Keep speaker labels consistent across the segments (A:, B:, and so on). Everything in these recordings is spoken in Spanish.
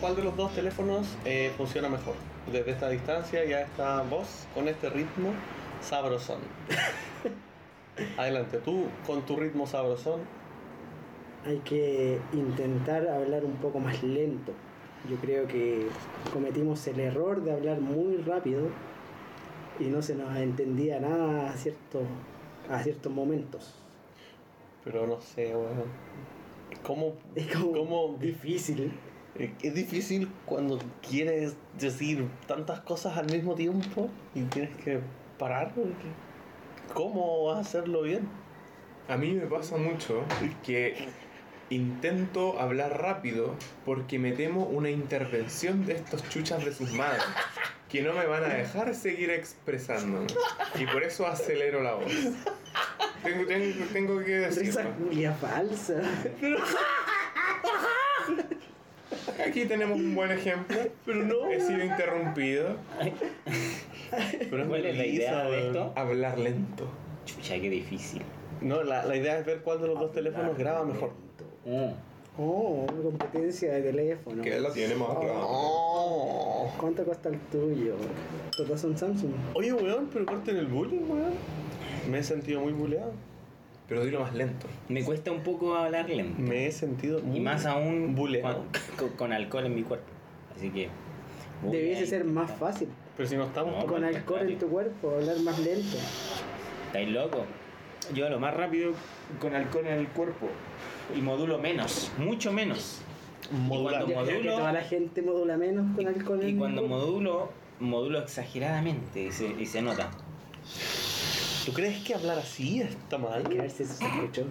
A: cuál de los dos teléfonos eh, funciona mejor. Desde esta distancia ya está vos con este ritmo sabrosón. Adelante, tú con tu ritmo sabrosón.
B: Hay que intentar hablar un poco más lento. Yo creo que cometimos el error de hablar muy rápido y no se nos entendía nada a, cierto, a ciertos momentos.
A: Pero no sé, weón. ¿Cómo,
B: Es como
A: cómo
B: difícil.
A: Es es difícil cuando quieres decir tantas cosas al mismo tiempo y tienes que parar. porque ¿Cómo vas a hacerlo bien?
C: A mí me pasa mucho que intento hablar rápido porque me temo una intervención de estos chuchas de sus madres que no me van a dejar seguir expresándome. Y por eso acelero la voz. Tengo, tengo- tengo que
B: Risa
C: decirlo.
B: culia falsa.
C: Aquí tenemos un buen ejemplo.
A: Pero no.
C: He sido interrumpido.
A: Pero es
D: ¿Cuál es la
A: mi
D: idea de
A: weón.
D: esto?
C: Hablar lento.
D: Chucha, qué difícil.
A: No, la, la idea es ver cuál de los dos teléfonos graba mejor.
D: Ah.
B: Oh, una competencia de teléfono.
C: Que la tiene más grande.
A: No.
B: ¿Cuánto cuesta el tuyo? Todos son Samsung.
A: Oye, weón, pero corten el bullying, weón. Me he sentido muy bulleado.
C: Pero dilo más lento.
D: Me cuesta un poco hablar lento.
A: Me he sentido muy
D: Y más aún
A: buleado.
D: con, con- con alcohol en mi cuerpo. Así que. voy
B: Debiese
D: a
B: ser más
D: intentar.
B: fácil.
A: Pero si no estamos...
D: No,
A: tocando-
B: Con
D: al
B: alcohol en
D: contrario.
B: tu cuerpo, hablar más lento.
D: ¿Estáis loco? Yo lo más rápido con alcohol en el cuerpo. Y modulo menos, mucho menos.
A: Modular.
D: cuando
B: Yo creo que
D: modulo-
B: toda la gente modula menos con alcohol en
D: Y
B: el
D: cuando
B: cuerpo.
D: modulo, modulo exageradamente y se, y se nota.
A: ¿Tú crees que hablar así está mal?
B: Hay que ver si
D: ¿Eh?
B: eso se escuchó.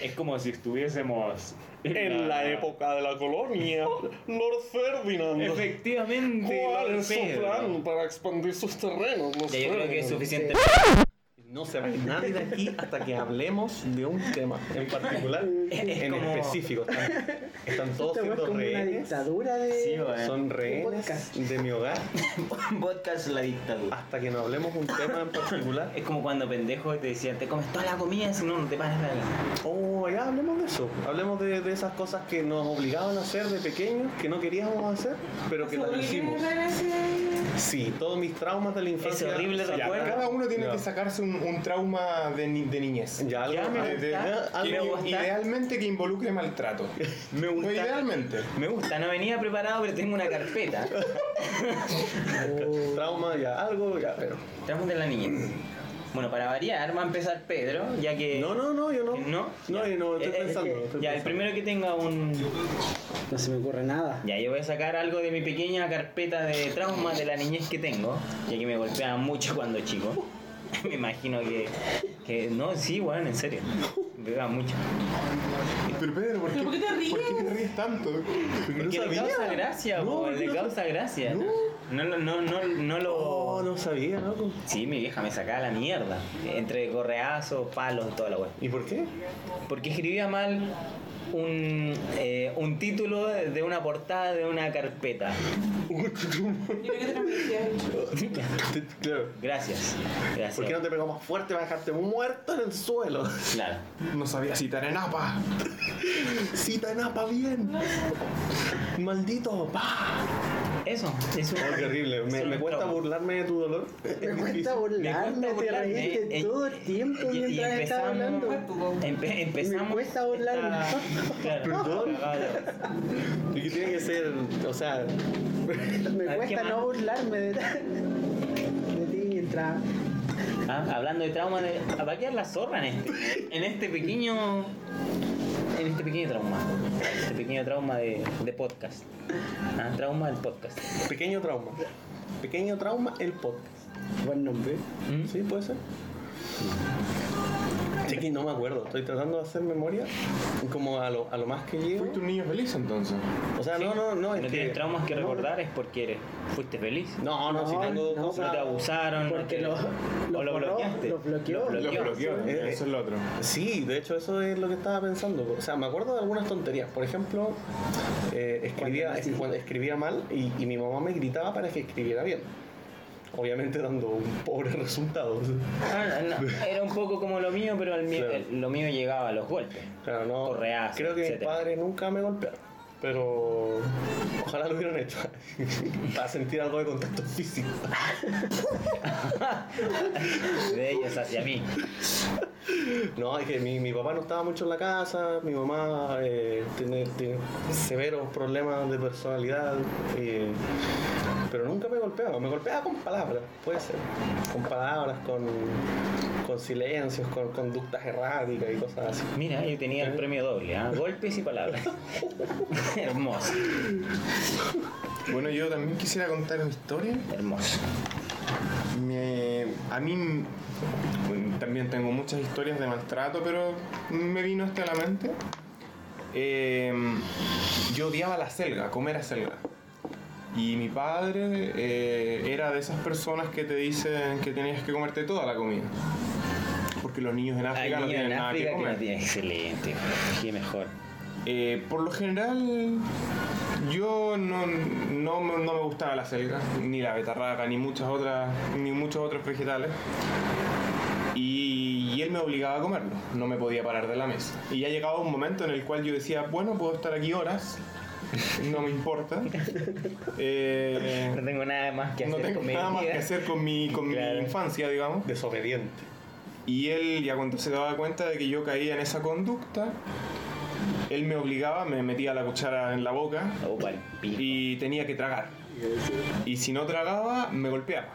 D: Es como si estuviésemos
A: En la época de la colonia, Lord Ferdinand.
D: Efectivamente.
A: ¿Cuál
D: Lord
A: es su
D: Pedro.
A: plan para expandir sus terrenos? Lord
D: Ya, yo creo que
A: Ferdinand?
D: es suficiente.
A: No se va a ir nadie de aquí hasta que hablemos de un tema en particular,
D: Es
A: en
D: como-
A: específico. Están, están todos
B: Esta weá es
A: siendo
B: como una
A: rehenes.
B: dictadura de.
D: Sí, weón.
A: Son
B: podcast.
A: rehenes de mi hogar
D: Podcast la dictadura.
A: hasta que no hablemos un tema en particular.
D: Es como cuando pendejo te decían, te comes toda la comida si no, no te paras nada.
A: Oh, ya hablemos de eso. Hablemos de, de esas cosas que nos obligaban a hacer de pequeños, que no queríamos hacer, pero que las hicimos. Sí, todos mis traumas de la infancia.
D: Ese horrible
A: Ya,
D: recuerdo.
C: Cada uno tiene
A: ya.
C: que sacarse un, un trauma de, ni- de niñez.
A: Ya, algo-
D: Ya me
C: De- de-
D: gusta,
C: que-
D: me gusta.
C: idealmente que involucre maltrato.
D: Me gusta.
C: Idealmente.
D: Me gusta, no venía preparado, pero tengo una carpeta.
B: Oh,
A: Trauma, ya, algo, ya, pero.
D: Tramos de la niñez. Bueno, para variar, va a empezar Pedro, ya que.
A: No, no, no, yo no.
D: ¿No?
A: No, yo no,
D: Eh,
A: estoy
D: eh,
A: pensando.
D: eh,
A: estoy
D: ya, el
A: pensando.
D: primero que tenga un.
B: no se me ocurre nada.
D: Ya, yo voy a sacar algo de mi pequeña carpeta de traumas de la niñez que tengo, ya que me golpeaban mucho cuando chico. me imagino que, que. No, sí, bueno, en serio. Me pegaban mucho.
C: Pero Pedro, ¿por qué,
E: ¿Pero por qué te ríes?
C: ¿por qué te ríes tanto?
A: no
D: Porque le
A: sabía.
D: causa gracia,
A: No,
D: po,
A: ¿por qué
D: le
A: no
D: causa gracia.
A: No.
D: No, no, no, no, no lo.
A: Oh, no sabía, loco.
D: Sí, mi vieja me sacaba la mierda. Entre correazos, palos, toda la wea.
A: ¿Y por qué?
D: Porque escribía mal un, eh, un título de una portada de una carpeta.
E: Dime que te lo merecías.
A: claro.
D: Gracias. Gracias.
A: ¿Por qué no te pegó más fuerte para dejarte muerto en el suelo?
D: Claro.
C: No sabía citar en APA.
A: Cita en apa bien. Maldito. pa.
D: Eso. eso.
A: Oh, qué horrible. Me,
D: Eso
A: me
D: es
A: cuesta
D: trauma.
A: burlarme de tu dolor.
B: Me
A: Es difícil.
B: cuesta burlarme,
D: Me cuesta
B: te
D: burlarme,
B: reíste
D: eh,
B: todo el tiempo
D: y- y
B: mientras estaba hablando.
D: empezamos- empe- empezamos.
B: Me cuesta burlarme.
D: esta- claro,
A: Perdón.
D: claro.
A: Y que tiene que ser, o sea,
B: Me
D: ¿Sabes
B: cuesta
D: qué
B: no
D: más?
B: burlarme de, de ti mientras.
D: Ah, hablando de trauma, de, va a quedar la zorra en este, en este pequeño. En este pequeño trauma. Este pequeño trauma de, de podcast. Ah, trauma del podcast.
A: pequeño trauma. Pequeño trauma, el podcast.
B: Buen nombre.
D: ¿Mm?
A: Sí, puede ser. Sí que no me acuerdo, estoy tratando de hacer memoria como a lo, a lo más que llego.
C: Fuiste un niño feliz entonces.
A: O sea,
D: Sí.
A: no, no, no, es
D: no
A: que...
D: tienes traumas que
A: no,
D: recordar es porque eres- fuiste feliz.
A: No, no, si tengo
B: No,
A: cosas...
D: No te abusaron, no
B: Porque
D: te-
B: lo-
D: o
B: lo
D: lo
B: borró,
D: bloqueaste.
B: lo bloqueó.
D: Lo
C: Lo
D: bloqueó.
C: bloqueó,
A: Eh,
C: eso es lo otro.
A: Sí, de hecho eso es lo que estaba pensando. O sea, me acuerdo de algunas tonterías. Por ejemplo, eh, escribía,
B: Cuando nací.
A: cuando escribía mal y, y mi mamá me gritaba para que escribiera bien. Obviamente dando un pobre resultado.
D: Ah, no, no, Era un poco como lo mío, pero el mío,
A: Claro.
D: el- lo mío llegaba a los golpes.
A: Claro, no.
D: Correazo,
A: creo que mis
D: etcétera.
A: padres nunca me golpearon. Pero ojalá lo hubieran hecho para sentir algo de contacto físico.
D: de ellos hacia mí.
A: No, es que mi, mi papá no estaba mucho en la casa, mi mamá eh, tiene, tiene severos problemas de personalidad, eh, pero nunca me golpeaba, me golpeaba con palabras, puede ser, con palabras, con, con silencios, con conductas erráticas y cosas así.
D: Mira, yo tenía el premio doble, ¿ah? golpes y palabras. Hermoso,
C: Bueno, yo también quisiera contar una historia.
D: hermoso.
C: Me- a mí bueno, también tengo muchas historias de maltrato, pero me vino esta a la mente. Eh, yo odiaba la selga, comer acelga. Y mi padre eh, era de esas personas que te dicen que tenías que comerte toda la comida. Porque los niños en
D: Hay
C: África no
D: niños
C: tienen
D: en
C: nada
D: África
C: que
D: que no
C: comer.
D: tienen excelente, qué mejor.
C: Eh, por lo general, yo no, no, me- no me gustaba la selga, ni la betarraga, ni muchas otras, ni muchos otros vegetales. Y, y él me obligaba a comerlo, no me podía parar de la mesa. Y ya llegaba un momento en el cual yo decía, bueno, puedo estar aquí horas, no me importa. Eh,
D: No tengo nada más que hacer
C: no tengo
D: con mi
C: nada más
D: vida.
C: que hacer con mi, con mi
D: Claro.
C: infancia, digamos.
A: Desobediente.
C: Y él, ya cuando se daba cuenta de que yo caía en esa conducta, él me obligaba, me metía la cuchara en la boca
D: Oh, pal pico.
C: y tenía que tragar. Y si no tragaba, me golpeaba.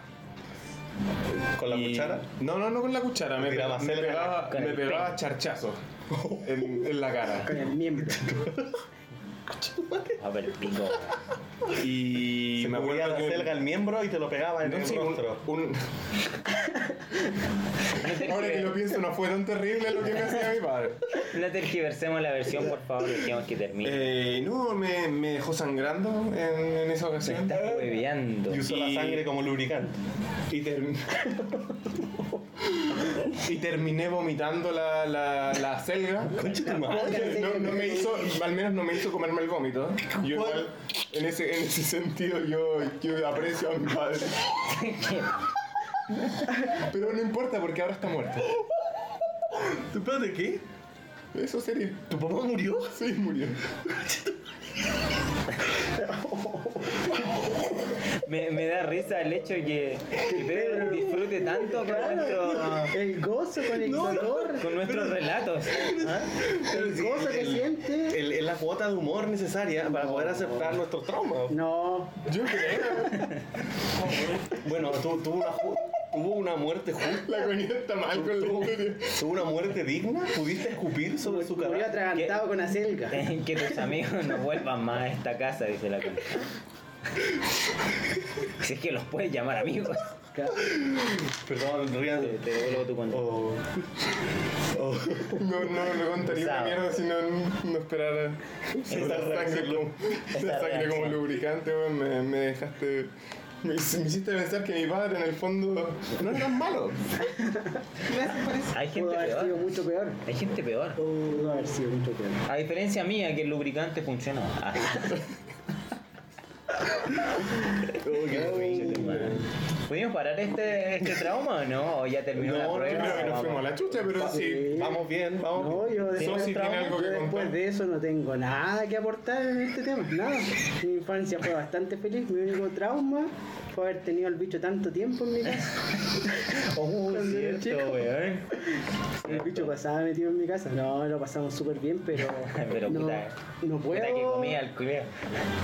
A: Con la
C: Y-
A: cuchara.
C: No, no, no con la cuchara, me,
A: Tiraba
C: pe- me
A: selga en la-
C: pegaba,
D: con
C: me
D: el
C: pegaba
D: pene.
C: charchazos en, en la cara.
B: con el miembro.
D: Oh, pal pico.
C: Y
A: Se
C: me
A: cubría
C: acuerdo
A: la
C: que...
A: selga el miembro y te lo pegaba en
C: no,
A: el
C: sí, un-
A: rostro.
C: un- Ahora que lo pienso, no fue tan terrible lo que me hacía mi padre.
D: No tergiversemos la versión, por favor, dejemos que termine.
C: Eh, no, me, me dejó sangrando en, en esa
D: Se
C: ocasión.
D: está hueveando.
A: Y usó
C: y-
A: la sangre como lubricante.
C: Y, term- y terminé vomitando la, la, la selga.
A: Concha tu madre.
C: No, no me hizo, al menos no me hizo comerme el vómito. Yo igual, en ese, en ese sentido, yo, yo aprecio a mi padre. Pero no importa porque ahora está muerto.
A: ¿Tú espérate qué?
C: Eso sería.
A: ¿Tu papá murió?
C: Sí, murió.
D: me, me da risa el hecho que, que Pedro disfrute tanto con, nuestro-
B: El gozo con el dolor,
D: con nuestros relatos. ¿ah?
B: el gozo que
A: el-
D: Eh,
B: siente.
A: el- Es la cuota de humor necesaria para poder aceptar nuestros traumas.
B: No,
C: Yo creo.
A: Bueno, tu- tuvo una, ju- tuvo una muerte justa.
C: La coña está mal con la historia.
A: Tuvo una muerte digna. ¿Pudiste escupir sobre su
B: murió
A: cara?
B: atragantado con acelga.
D: que tus amigos no vuelvan más a esta casa, dice la cuenta. Si es que los puedes llamar amigos.
A: Perdón,
D: Te,
A: rían.
D: te devuelvo tu cuenta.
A: Oh. Oh.
C: No, no, no contaría una
D: Pesado.
C: mierda si no, no esperara la sangre,
A: reacción
C: como,
D: esa
C: la sangre como
D: reacción.
C: lubricante, weón, me, me dejaste... Me, hice- me hiciste pensar que mi padre en el fondo no era tan malo.
E: Gracias
C: Oh.
E: por eso.
D: Hay gente
B: Pudo haber sido
D: peor.
B: mucho peor.
D: Hay gente peor.
B: Pudo haber sido mucho peor.
D: A diferencia mía, que el lubricante funciona. Ah, ¿Pudimos parar este, este trauma o no? ¿O ya terminó
A: No, no,
D: la
C: Yo
D: prueba?
C: creo que nos fuimos a la chucha, pero sí.
A: Vamos bien, vamos bien.
B: Eh, No, yo después,
C: Sosi tiene algo que
B: yo después
C: contar.
B: de eso no tengo nada que aportar en este tema, nada. Mi infancia fue bastante feliz, mi único trauma fue haber tenido al bicho tanto tiempo en mi casa.
D: Oh,
B: Cuando era
D: cierto,
B: chico.
D: weón.
B: El bicho pasaba metido en mi casa. No, lo pasamos súper bien, pero,
D: Pero
B: no,
D: puta,
B: no
D: puta que
B: puedo,
D: comía el culiao.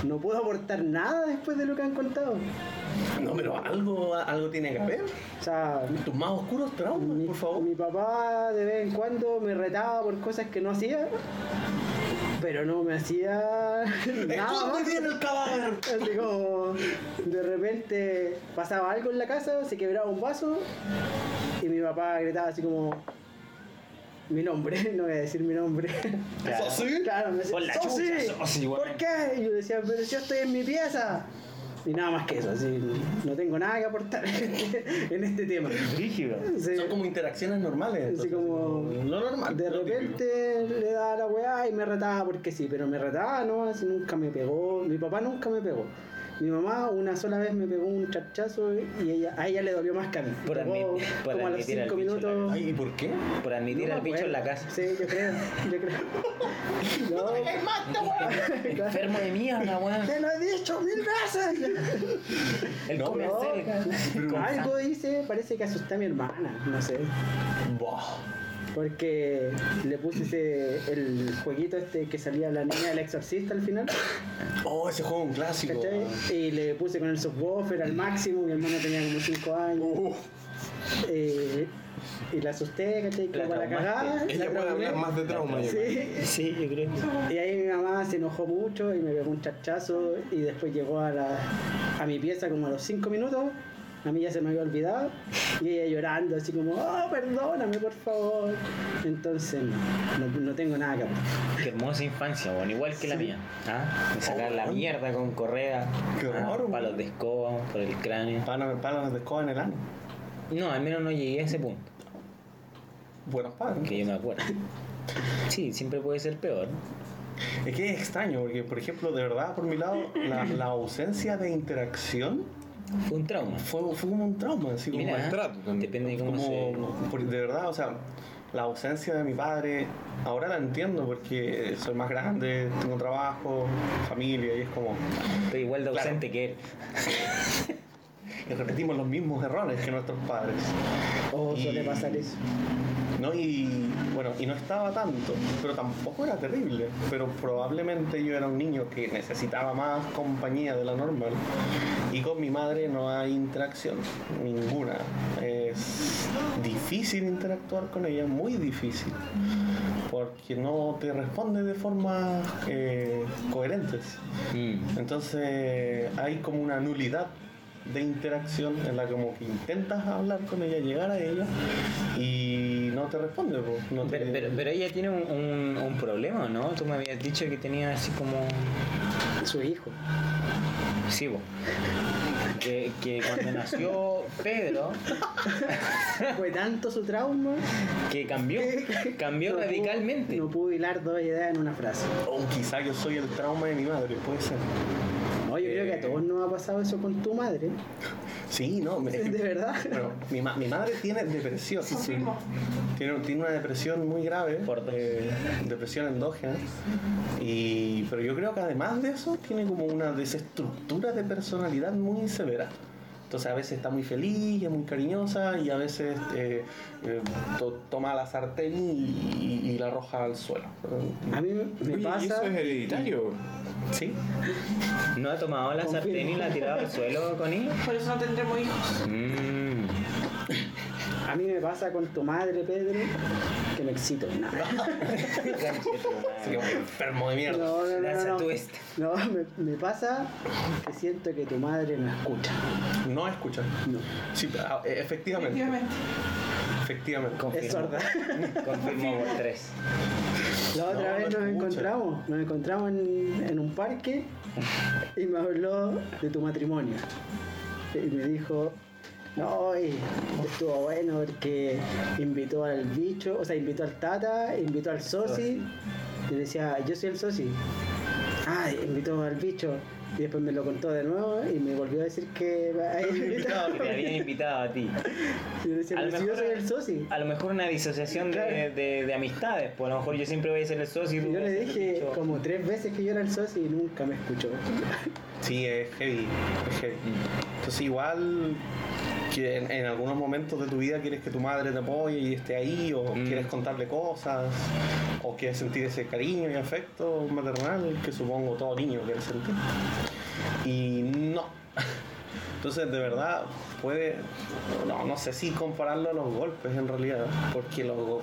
B: no puedo aportar nada después de lo que han contado.
A: No, pero algo, algo tiene que haber.
B: O sea,
A: Tus más oscuros traumas,
B: mi,
A: por favor.
B: mi papá de vez en cuando me retaba por cosas que no hacía, pero no me hacía nada más.
A: ¡Escóndete en el cadáver!
B: Así como de repente pasaba algo en la casa, se quebraba un vaso y mi papá gritaba así como mi nombre, no voy a decir mi nombre.
D: Claro.
A: ¿Sí?
B: Claro, me
D: Por
B: decía,
D: la
B: "Sosi,
D: chucha, Sosi, weón".
B: ¿por qué? Y yo decía, pero si yo estoy en mi pieza. Y nada más que eso, así, no tengo nada que aportar en este tema.
D: Rígido.
B: Sí.
A: Son como interacciones normales.
B: Así
A: entonces,
B: como-
A: Lo normal.
B: De
A: lo
B: repente le daba la weá y me retaba porque sí, pero me retaba no, así nunca me pegó. Mi papá nunca me pegó. Mi mamá una sola vez me pegó un chachazo y ella, a ella le dolió más que a mí.
D: Por
B: Me pegó
D: admit- por
B: como a los
D: admitir al
B: cinco
D: bicho en la
B: minutos.
A: Ay, ¿y por qué?
D: Por admitir
B: No
D: al
B: me
D: bicho en la
B: acuerdo.
D: casa.
B: Sí, yo creo, yo creo. No,
E: mata, weón!
D: Enfermo de mierda, weón.
B: te lo he dicho mil veces.
D: El
A: No,
D: comercial.
B: No, algo dice, parece que asusté a mi hermana, no sé.
A: Buah.
B: Porque le puse ese, el jueguito este que salía la niña del exorcista al final,
A: Oh, ese juego es un clásico.
B: ¿cachai? Y le puse con el subwoofer al máximo, mi hermana tenía como 5 años.
A: Uh,
B: Eh, y la asusté, ¿cachai? Que
D: La
B: para la
D: traumaste.
B: cagada.
C: Ella puede hablar más de trauma, yo creo.
B: Sí,
D: Sí, yo creo.
B: Y ahí mi mamá se enojó mucho y me pegó un chachazo y después llegó a, la, a mi pieza como a los 5 minutos. A mí ya se me había olvidado y ella llorando así como, oh, perdóname por favor. Entonces no, no, no tengo nada que aportar.
D: Qué hermosa infancia, weón. Igual que la mía. ¿Ah? Me sacar la
A: Oh, weón.
D: mierda con correa.
A: Qué
D: ah,
A: horror, weón.
D: Palos de escoba weón, por el cráneo.
A: Panas panas de escoba en el ano.
D: No, al menos no llegué a ese punto.
A: Buenas panas.
D: Que yo me acuerdo. Sí, siempre puede ser peor.
A: Es que es extraño, porque, por ejemplo, de verdad, por mi lado, la, la ausencia de interacción
D: Fue un trauma.
A: fue, fue como un trauma. Así como
D: Mira,
C: maltrato también.
D: depende de cómo
A: como
D: se...
A: por- de verdad, o sea, la ausencia de mi padre, ahora la entiendo porque soy más grande, tengo trabajo, familia y es como
D: Estoy igual de
A: Claro.
D: ausente que él.
A: y repetimos los mismos errores que nuestros padres.
B: Oh, suele
A: Y-
B: pasar eso.
A: No y bueno, y no estaba tanto, pero tampoco era terrible, pero probablemente yo era un niño que necesitaba más compañía de la normal y con mi madre no hay interacción ninguna. Es difícil interactuar con ella, muy difícil. Porque no te responde de forma eh, coherentes.
D: Mm.
A: Entonces hay como una nulidad de interacción en la como que intentas hablar con ella, llegar a ella y no te responde. po, no te-
D: Pero, pero- pero ella tiene un, un- un problema, ¿no? Tú me habías dicho que tenía así como...
B: Su hijo.
D: Sí, bo. Que, que cuando nació Pedro,
B: Fue tanto su trauma.
D: que cambió, cambió
B: no pudo-
D: radicalmente.
B: no pudo hilar dos ideas en una frase.
A: O quizá yo soy el trauma de mi madre, puede ser.
B: No, yo
D: Eh.
B: creo que a todos nos ha pasado eso con tu madre.
A: Sí, no, me-
B: De verdad.
A: Bueno, mi, ma- mi madre tiene depresión.
E: Confirmo.
A: Tiene, tiene una depresión muy grave.
D: Por dos.
A: eh, depresión endógena. Y, pero yo creo que además de eso, tiene como una desestructura de personalidad muy severa. Entonces a veces está muy feliz, y es muy cariñosa y a veces eh, eh, to- toma la sartén y, y- y la arroja al suelo.
B: A mí me
C: Oye, ¿y
B: pasa.
C: eso es hereditario?
A: Sí,
D: ¿No ha tomado la
B: Confirmo.
D: sartén y la ha tirado al suelo con ella?
E: Por eso no tendremos hijos.
D: Mm.
B: A mí me pasa con tu madre, Pedro, que me excito. No,
A: así que un enfermo de mierda.
B: no, no, no.
D: Lanza
B: no.
D: tú esta.
B: No, me, me pasa que siento que tu madre no escucha.
A: No escucha.
B: No,
A: Sí, ah, eh, efectivamente.
E: Efectivamente.
A: Efectivamente.
D: Confirmo.
B: es sorda.
D: Confirmo por tres.
B: La otra
A: No, no
B: vez nos
A: escucha.
B: encontramos, nos encontramos en, en un parque y me habló de tu matrimonio. Y me dijo, no, y estuvo bueno porque invitó al bicho, o sea, invitó al tata, invitó al soci. Y decía, yo soy el soci. Ah, invitó al bicho. Y después me lo contó de nuevo y me volvió a decir que a él invitaba.
D: Te habían invitado a ti.
B: Y yo decía,
D: A lo
B: "Pero si yo
D: mejor-
B: soy el soci.
D: A lo mejor una disociación de,
B: Claro.
D: de- de amistades. Pues a lo mejor yo siempre voy a ser el socio. y tú
B: Y yo
D: vas a
B: le
D: ser el
B: dije
D: bicho.
B: como tres veces que yo era el socio y nunca me escuchó.
A: Sí, es heavy, es heavy. Entonces igual que en, en algunos momentos de tu vida quieres que tu madre te apoye y esté ahí, o
D: Mm.
A: quieres contarle cosas, o quieres sentir ese cariño y afecto maternal que supongo todo niño quiere sentir. Y no. Entonces de verdad puede, no, no sé si compararlo a los golpes en realidad, porque los go-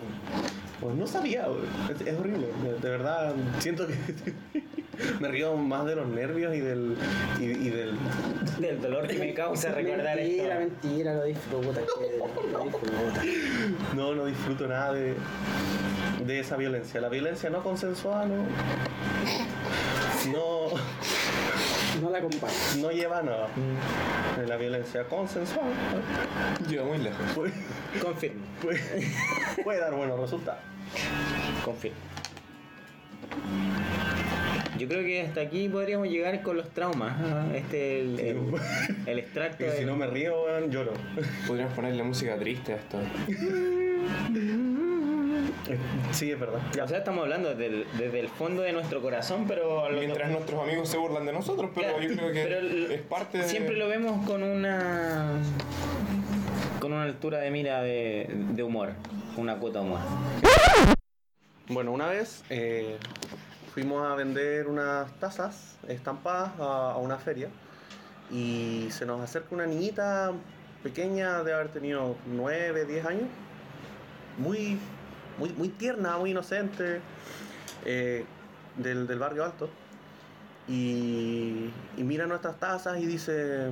A: pues no sabía, güey. es, es horrible, de, de verdad siento que me río más de los nervios y del, y, y del
D: Del dolor que me causa recordar esto.
B: mentira, mentira, lo disfruta. Pedro, Lo disfruta.
A: No, no disfruto nada de, de esa violencia. La violencia no consensuada no, no,
B: No la comparto.
A: no lleva a nada. La violencia consensuada
C: Llega muy lejos.
A: puede,
D: Confirmo.
A: puede- puede dar buenos resultados.
D: Confirmo. Yo creo que hasta aquí podríamos llegar con los traumas. ¿ah? Este el, el, el extracto.
A: Y si
D: del-
A: no me río, weón, lloro.
C: Podríamos ponerle música triste a esto.
A: Sí, es verdad.
D: O sea, estamos hablando del- desde el fondo de nuestro corazón, pero lo-
C: Mientras nuestros amigos se burlan de nosotros, pero
D: Claro,
C: yo creo que
D: pero el-
C: es parte de.
D: Siempre lo vemos con una. con una altura de mira de, de humor. Una cuota de humor.
A: Bueno, una vez eh, fuimos a vender unas tazas estampadas a, a una feria y se nos acerca una niñita pequeña de haber tenido 9, 10 años, muy, muy, muy tierna, muy inocente, eh, del, del barrio alto, y, y mira nuestras tazas y dice,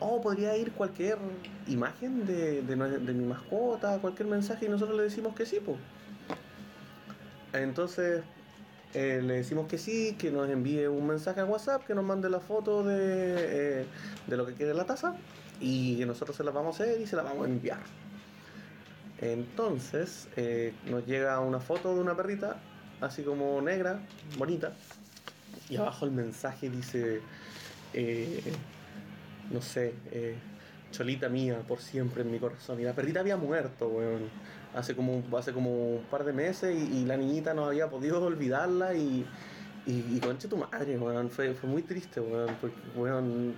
A: oh, podría ir cualquier imagen de, de nue- de mi mascota, cualquier mensaje, y nosotros le decimos que sí, pues. Entonces eh, le decimos que sí, que nos envíe un mensaje a WhatsApp, que nos mande la foto de, eh, de lo que quiere la taza y que nosotros se la vamos a hacer y se la vamos a enviar. Entonces eh, nos llega una foto de una perrita, así como negra, bonita, y abajo el mensaje dice, eh, no sé, eh, cholita mía por siempre en mi corazón. Y la perrita había muerto, weón hace como, hace como un par de meses y, y la niñita no había podido olvidarla y, y, y conche tu madre, weón, fue, fue muy triste, weón, porque, weón,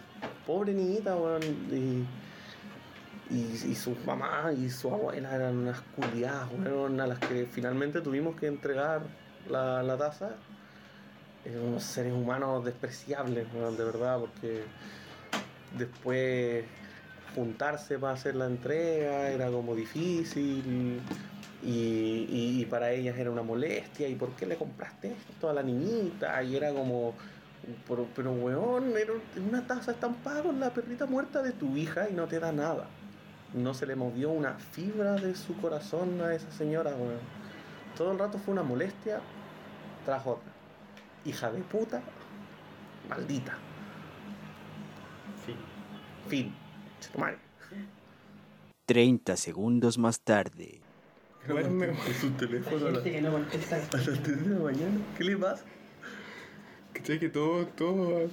A: pobre niñita, weón, y, y, y su mamá y su abuela eran unas culiadas, weón, a las que finalmente tuvimos que entregar la, la taza, eran unos seres humanos despreciables, weón, de verdad, porque después juntarse para hacer la entrega era como difícil y, y- y para ellas era una molestia y por qué le compraste esto a la niñita y era como pero, pero weón era una taza estampada con la perrita muerta de tu hija y no te da nada no se le movió una fibra de su corazón a esa señora weón todo el rato fue una molestia tras otra hija de puta maldita fin Tu madre.
F: 30 segundos más tarde.
C: Duerme,
A: su
C: Pues
A: teléfono a las
B: Gente que no contesta.
A: 3 de la mañana. ¿Qué le pasa?
C: ¿Cachai que todo, todo,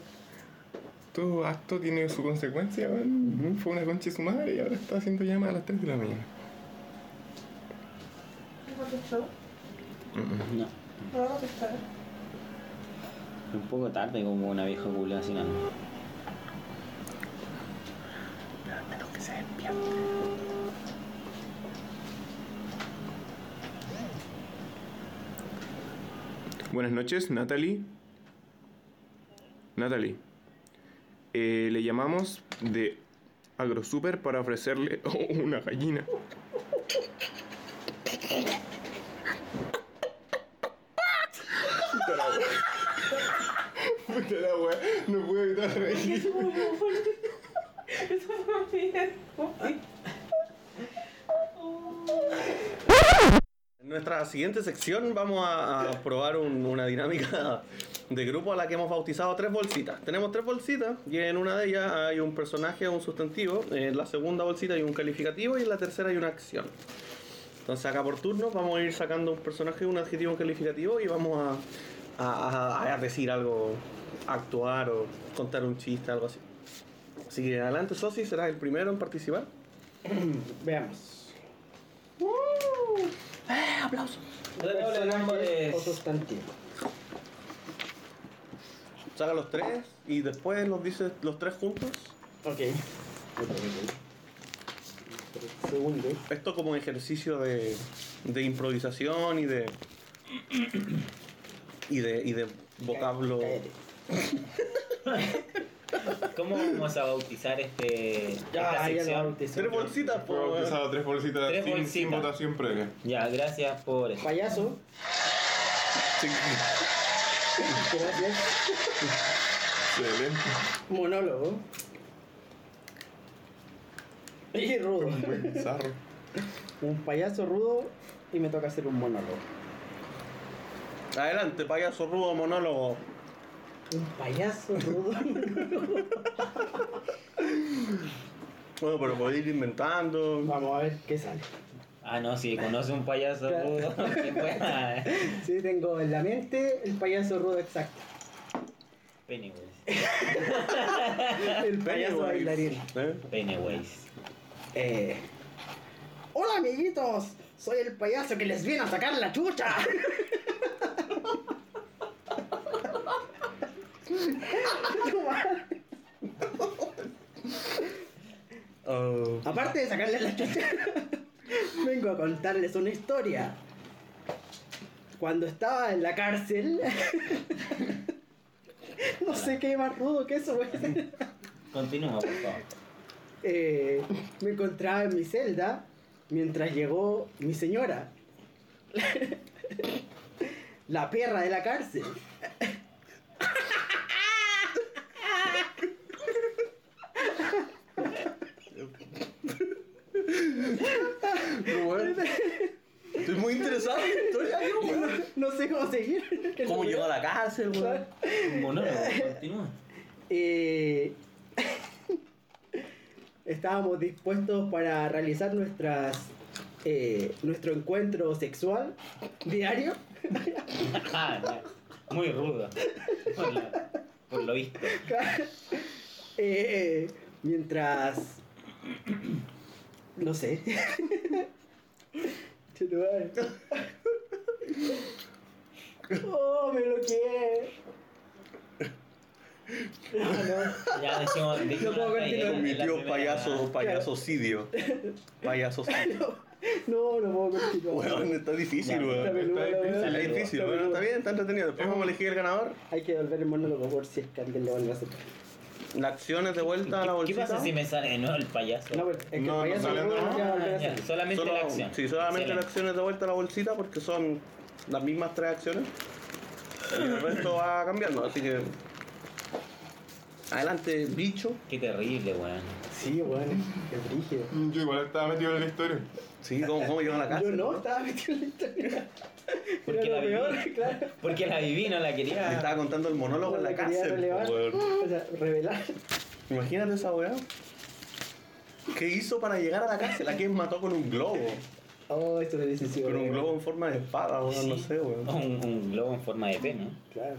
C: todo acto tiene su consecuencia, weón? Fue una concha de su madre y ahora está haciendo llamas a las 3 de la mañana.
E: ¿No contestó?
D: No.
E: ¿No contestó?
D: Un poco tarde como una vieja culia hacinando.
C: Buenas noches, Natalie. Natalie. Eh, le llamamos de AgroSuper para ofrecerle una gallina. Puta la wea. Puta la wea. No puedo evitar reír.
E: Eso fue muy fuerte. Eso fue muy fuerte.
A: En nuestra siguiente sección vamos a, a probar un- una dinámica de grupo a la que hemos bautizado tres bolsitas. Tenemos tres bolsitas y en una de ellas hay un personaje o un sustantivo, en la segunda bolsita hay un calificativo y en la tercera hay una acción. Entonces acá por turno vamos a ir sacando un personaje, un adjetivo, un calificativo y vamos a, a- a- a decir algo, actuar o contar un chiste, algo así. Así que adelante, Sosi, serás el primero en participar.
B: Veamos.
D: tambores.
B: Personaje o sustantivo.
A: Saca los tres y después los dices los tres juntos.
B: Ok. Segundo.
A: Esto como ejercicio de, de improvisación y de. y de. y de vocablo.
B: Cállate.
D: ¿Cómo vamos a bautizar este, esta
B: Ah, ya lo
D: sección?
B: bauticé.
A: Tres bolsitas, po, weón.
C: tres bolsitas
D: Tres sin- sin bolsitas.
C: votación previa.
D: Ya, gracias por eso.
B: Payaso. Gracias.
C: Excelente.
B: Monólogo. Y rudo.
C: Bizarro.
B: Un payaso rudo y me toca hacer un monólogo.
A: Adelante, payaso rudo monólogo.
B: Un payaso rudo.
A: Bueno, pero podéis ir inventando.
B: Vamos a ver qué sale.
D: Ah, no, si conoce un payaso pues.
B: Claro.
D: rudo, que pueda.
B: Sí, tengo en la mente el payaso rudo exacto.
D: Pennywise.
B: El payaso
A: Pennywise.
B: bailarín.
A: ¿Eh?
D: Pennywise.
B: Eh, Hola amiguitos, soy el payaso que les viene a sacar la chucha.
A: Oh.
B: Aparte de sacarles la chucha, vengo a contarles una historia. Cuando estaba en la cárcel, no sé qué más rudo que eso, güey.
D: Continúa, por favor.
B: Eh, me encontraba en mi celda mientras llegó mi señora, la perra de la cárcel.
A: Rubén, estoy muy interesado en la historia, yo, weón.
B: No sé cómo seguir.
D: ¿Cómo llegó a la cárcel, weón? Un monólogo, continúa.
B: Eh, estábamos dispuestos para realizar nuestras eh, nuestro encuentro sexual diario.
D: Ah, ya. Muy rudo. Por lo, por lo visto.
B: Eh, mientras. No sé. Che, tu madre. Oh, me lo quiere.
D: Ya decimos. dijimos
B: puedo
D: la-
B: continuar.
D: la- la
A: Mi tío
D: primera-
A: payaso, payaso Sidio. Payaso Sidio.
B: No, no puedo continuar.
A: Weón, está difícil,
D: Ya,
A: weón.
B: está peluda,
A: Está difícil, está
B: weón.
A: difícil.
B: Está
A: Bueno,
B: peluda.
A: está bien, está entretenido. Después vamos a elegir el ganador.
B: Hay que devolver el monólogo por si es que alguien lo vuelve a hacer.
A: La acción es de vuelta a la
D: ¿Qué
A: bolsita.
D: pasa si me sale de nuevo el payaso?
B: No, pero es que el
A: No, no
B: payaso
A: sale,
B: no,
A: no.
B: lo va a volver a
D: Ah, ya,
B: hacer.
D: solamente
A: Solo-
D: la acción.
A: Sí, solamente la
D: Excelente.
A: acción es de vuelta a la bolsita porque son las mismas tres acciones. Y el resto va cambiando, así que. Adelante, bicho.
D: Qué terrible, weón.
B: Sí, weón, es brígido.
C: Yo igual estaba metido en la historia.
A: Sí, ¿cómo, cómo llegó a la casa?
B: Yo no estaba metido en la historia.
D: ¿Por
B: Era
D: qué la
B: lo
D: viví?
B: peor, claro.
D: Porque la viví, no la
A: Le
D: quería.
A: estaba contando el monólogo
B: No
A: en la
B: la quería
A: cárcel.
B: relevar.
A: po, weón.
B: O sea, revelar.
A: Imagínate esa weá. ¿Qué hizo para llegar a la cárcel? ¿A quién mató con un globo?
B: Oh, esto lo hubiese sido.
A: Con un
B: real.
A: globo en forma de espada, weón, no
D: Sí.
A: sé, weón.
D: Un, un globo en forma de pene.
B: Claro.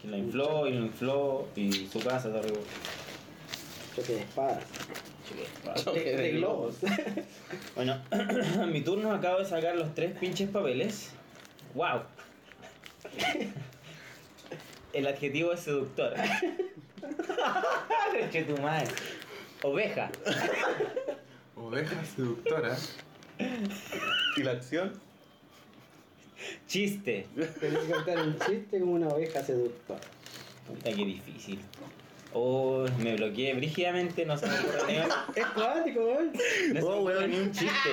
D: Que lo infló y lo infló y su casa se arribó.
B: Choque de espadas.
A: Choque
B: de,
A: de
B: de globos.
D: Bueno, a mi turno acabo de sacar los tres pinches papeles. ¡Wow! El adjetivo es seductor. Che tu madre. Oveja.
C: Oveja seductora.
A: ¿Y la acción?
D: Chiste.
B: Tenés que contar un chiste como una oveja seductora.
D: Puta, qué difícil. Oh, me bloqueé brígidamente, no se me ocurre ni un-
B: Es cuático, weón.
D: No se me
A: Oh,
D: ocurre
A: weón.
D: ni un chiste.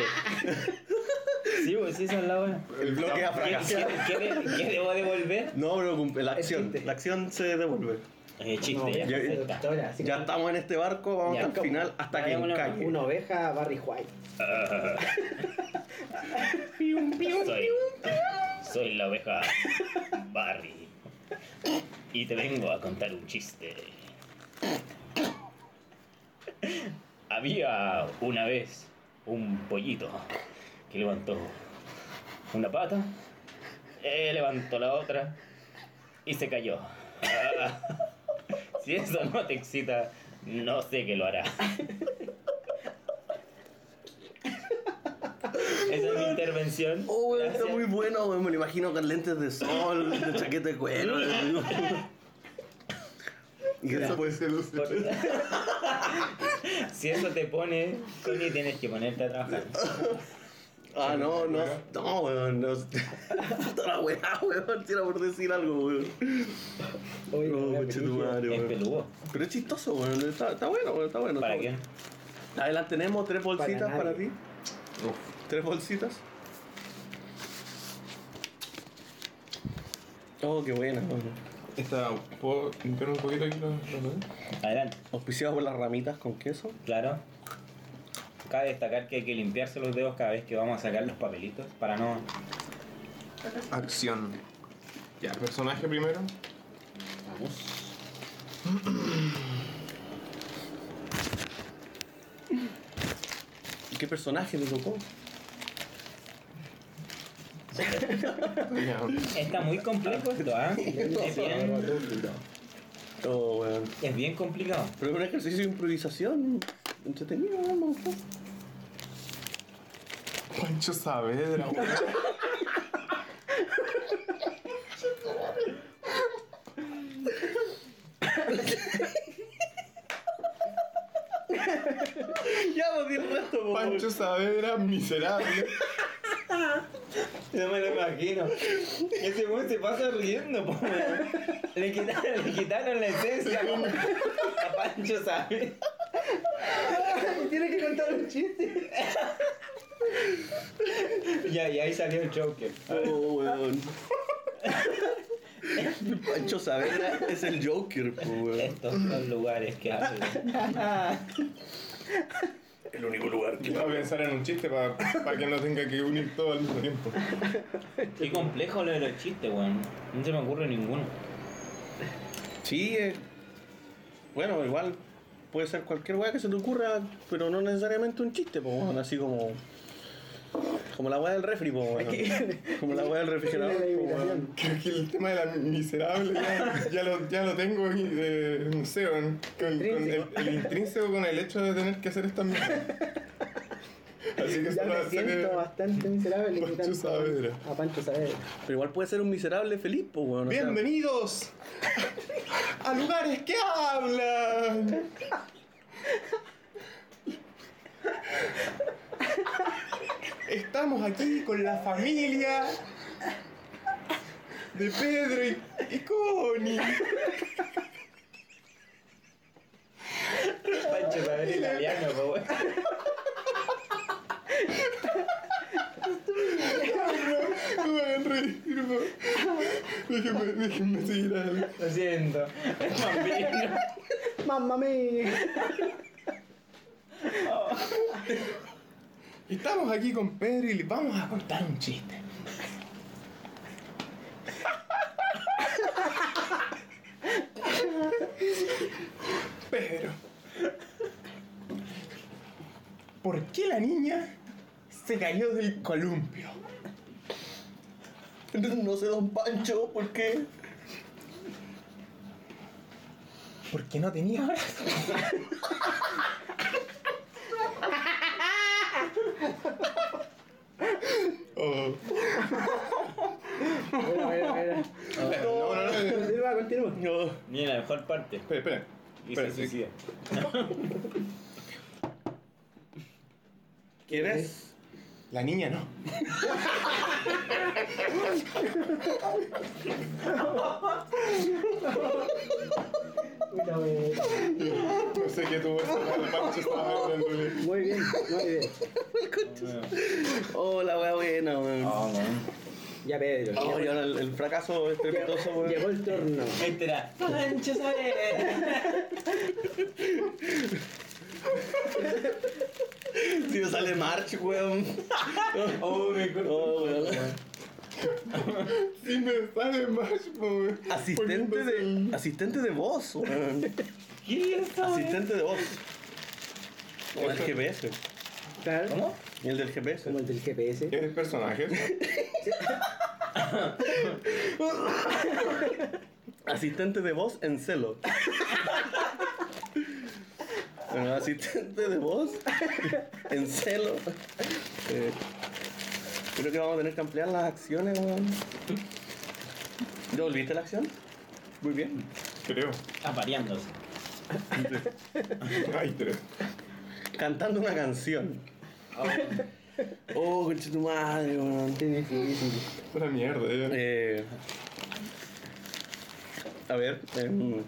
D: Sí, pues sí, son la wea.
A: El bloque ha
D: ¿Qué,
A: fracasado.
D: qué- qué de- qué debo devolver?
A: No, pero cumple, la
B: Es
A: acción.
B: chiste.
A: La acción se devuelve.
D: Eh, chiste,
B: Una
D: ya,
B: oveja
A: ya-
D: ahí está.
B: seductora. así
A: Ya
B: como
A: estamos en este barco, vamos
D: Ya,
A: hasta el
D: ¿cómo?
A: final, hasta que
D: Hagámoslo.
A: encalle.
B: Una oveja Barry White.
D: Soy, soy la oveja Barry. Y te vengo a contar un chiste. Había una vez un pollito que levantó una pata, eh, levantó la otra y se cayó. Ah, si eso no te excita, no sé qué lo hará. Esa es mi intervención.
A: Oh, weón, está
D: Gracias.
A: muy bueno, weón. Me lo imagino con lentes de sol, de chaqueta de cuero. de- y
C: Eso
A: después,
C: puede ser dulce.
D: Si eso te pone, Connie, tienes que ponerte a trabajar.
A: ah, no, no, no, weón. No, puta la weá, weón. Si era por decir algo, weón.
B: Oye,
A: Oh,
B: weón,
A: conche tu
B: brígido.
A: madre,
D: Es
A: weón.
D: peludo.
A: Pero es chistoso, weón. Está, está bueno, weón. Está bueno.
D: ¿Para
A: está
D: quién?
A: bueno. Adelante, tenemos tres bolsitas para,
B: nadie.
A: ti. Tres bolsitas. Oh, qué buena, weón.
C: Esta, ¿puedo limpiar un poquito aquí los los dedos?
D: Adelante.
A: Auspiciado por las ramitas con queso.
D: Claro. Cabe destacar que hay que limpiarse los dedos cada vez que vamos a sacar los papelitos para no.
C: Acción. Ya, personaje primero.
A: ¿Y qué personaje te tocó?
C: Ya.
D: Está muy complejo esto, ¿ah? Es bien.
A: Oh, weón.
D: Es bien complicado.
A: Pero es un ejercicio de improvisación. Entretenido, weón, me gustó.
C: Pancho Saavedra, weón.
A: Ya, pues di el resto, po, weón.
C: Pancho Saavedra, miserable.
D: No me lo imagino. Ese weón se pasa riendo, po, weón. Le quitaron, le quitaron la esencia, po. A Pancho sabe.
B: Tiene que contar un chiste.
D: Ya, y ahí salió el Joker.
A: Oh, weón. Pancho Saavedra es el Joker, po, weón.
D: Estos son lugares que hacen.
A: El único lugar
C: Yo voy a pensar en un chiste para que no tenga que unir todo al mismo tiempo.
D: Qué complejo lo de los chistes, weón. No se me ocurre ninguno.
A: Sí, eh, bueno, igual puede ser cualquier weá que se te ocurra, pero no necesariamente un chiste, po, weón. Así como. Como la weá del refri, po, weón. Como la weá del
B: Tiene
A: refrigerador,
B: la
A: po,
B: imitación.
A: weón.
C: Creo que el tema de la miserable ya, ya lo, ya lo tengo, aquí, eh, no sé, weón, con, con el, el intrínseco con el hecho de tener que hacer estas mierdas. Así que
B: Ya
C: solo
B: me
C: hacer- eh,
B: siento bastante miserable
C: Pancho
B: imitando a-
C: Saavedra.
B: a Pancho Saavedra.
A: Pero igual puede ser un miserable feliz, po, weón. o sea,
C: Bienvenidos a lugares que hablan. Estamos aquí con la familia de Pedro y, y Connie.
D: Pancho sabe italiano, po, weón.
C: No, no me hagan reír, por favor. Déjenme, déjenme seguir adelante.
D: Lo siento. Es bambino.
B: ¡Mamma mía!
C: Estamos aquí con Pedro y le vamos a contar un chiste. Pedro, ¿por qué la niña se cayó del columpio?
A: No sé, don Pancho, ¿por qué?
C: Porque no tenía brazos. Oh.
B: Bueno, bueno, bueno.
C: No, no, no, no.
B: Continúa, continúa.
D: Mira, la mejor parte.
C: Espera, espera.
D: Y se
C: Espera,
D: suicida.
A: ¿Quién es?
C: La niña no.
B: Puta, wey.
C: No sé qué tuvo ese Pancho Saavedra
B: Muy bien, muy bien.
A: Oh, la weá buena, weón.
D: No, weón.
B: Ya, Pedro.
A: Oh, y ahora el, el fracaso estrepitoso,
B: Llegó, llegó
A: weón.
B: el turno.
D: Este era Pancho Saavedra.
A: Tío, sale March, weón.
D: Oh, me acuerdo.
A: Oh, weón.
C: Sí, me sale más, weón.
A: Asistente de, asistente de voz, weón.
D: ¿Qué es esa, weón?
A: Asistente de voz. O el GPS.
B: Claro.
D: ¿Cómo?
A: Y el del GPS.
B: Como el del GPS.
C: ¿Qué es el personaje?
A: Asistente de voz en celo. Bueno, asistente de voz en celo. Eh, creo que vamos a tener que ampliar las acciones, weón. ¿Ya volviste la acción? Muy bien.
C: Creo.
D: Apareándose.
C: Hay tres.
A: Cantando una canción. Oh, conche tu madre, weón.
B: Qué difícil.
C: Una mierda, ya.
A: Eh, a ver. em,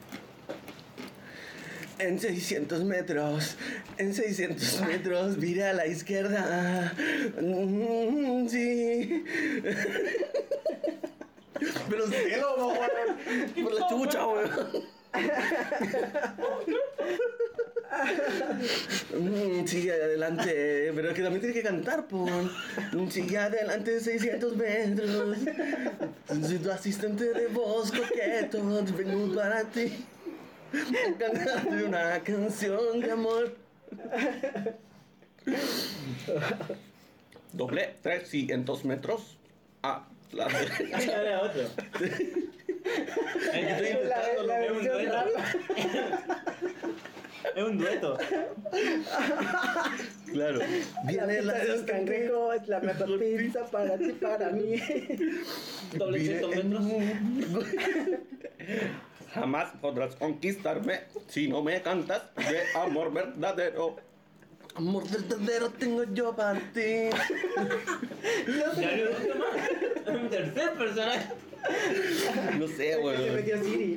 A: en 600 metros, en 600 metros, vira a la izquierda. Mm, sí. Pero cielo, po, weón. Por la chucha, weón. Mm, Sigue adelante, pero es que también tiene que cantar, por. Sigue adelante 600 metros. Soy tu asistente de voz coqueto, vengo para ti. Cantarte una canción de amor. Doble 300 metros. Ah, la-
D: Era otro.
G: Es que estoy
B: La-
G: intentándolo,
B: la
G: es un
B: versión
G: dueto.
D: Es un dueto.
A: claro. Viene la,
B: pizza de los cangrejos es la mejor pizza para ti, para mí.
D: Doble
A: Vive
D: 800
A: en-
D: metros.
A: Jamás podrás conquistarme si no me cantas de amor verdadero. Amor verdadero tengo yo para ti.
D: Ya no gusta más. Un tercer personaje.
A: No sé,
B: Que se
A: weón.
B: metió Siri.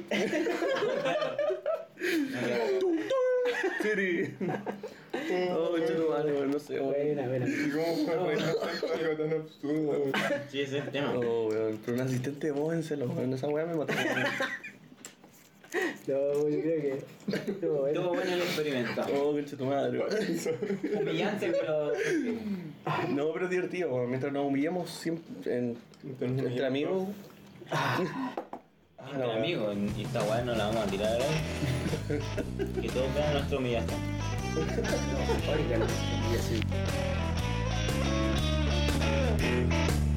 A: Siri. Oh, chulo, vale, weón, no sé, weón.
B: Buena, buena.
C: ¿Y cómo fue reírnos algo tan absurdo? güey?
D: Sí, ese es el tema.
A: Oh, weón, pero un asistente de voz en celo, weón. Esa weá me mató. weón.
B: No, yo creo que. estuvo bueno.
D: Estuvo bueno el experimento.
A: Oh, concha tu madre, weón.
D: Humillante, pero.
A: No, pero es divertido, weón. Mientras nos humillamos siempre en-
C: Entonces,
A: entre amigos.
D: Entre amigos, y esta weá no la vamos a tirar ahora. Que todos vean nuestro humillación.
B: Oigan, y así.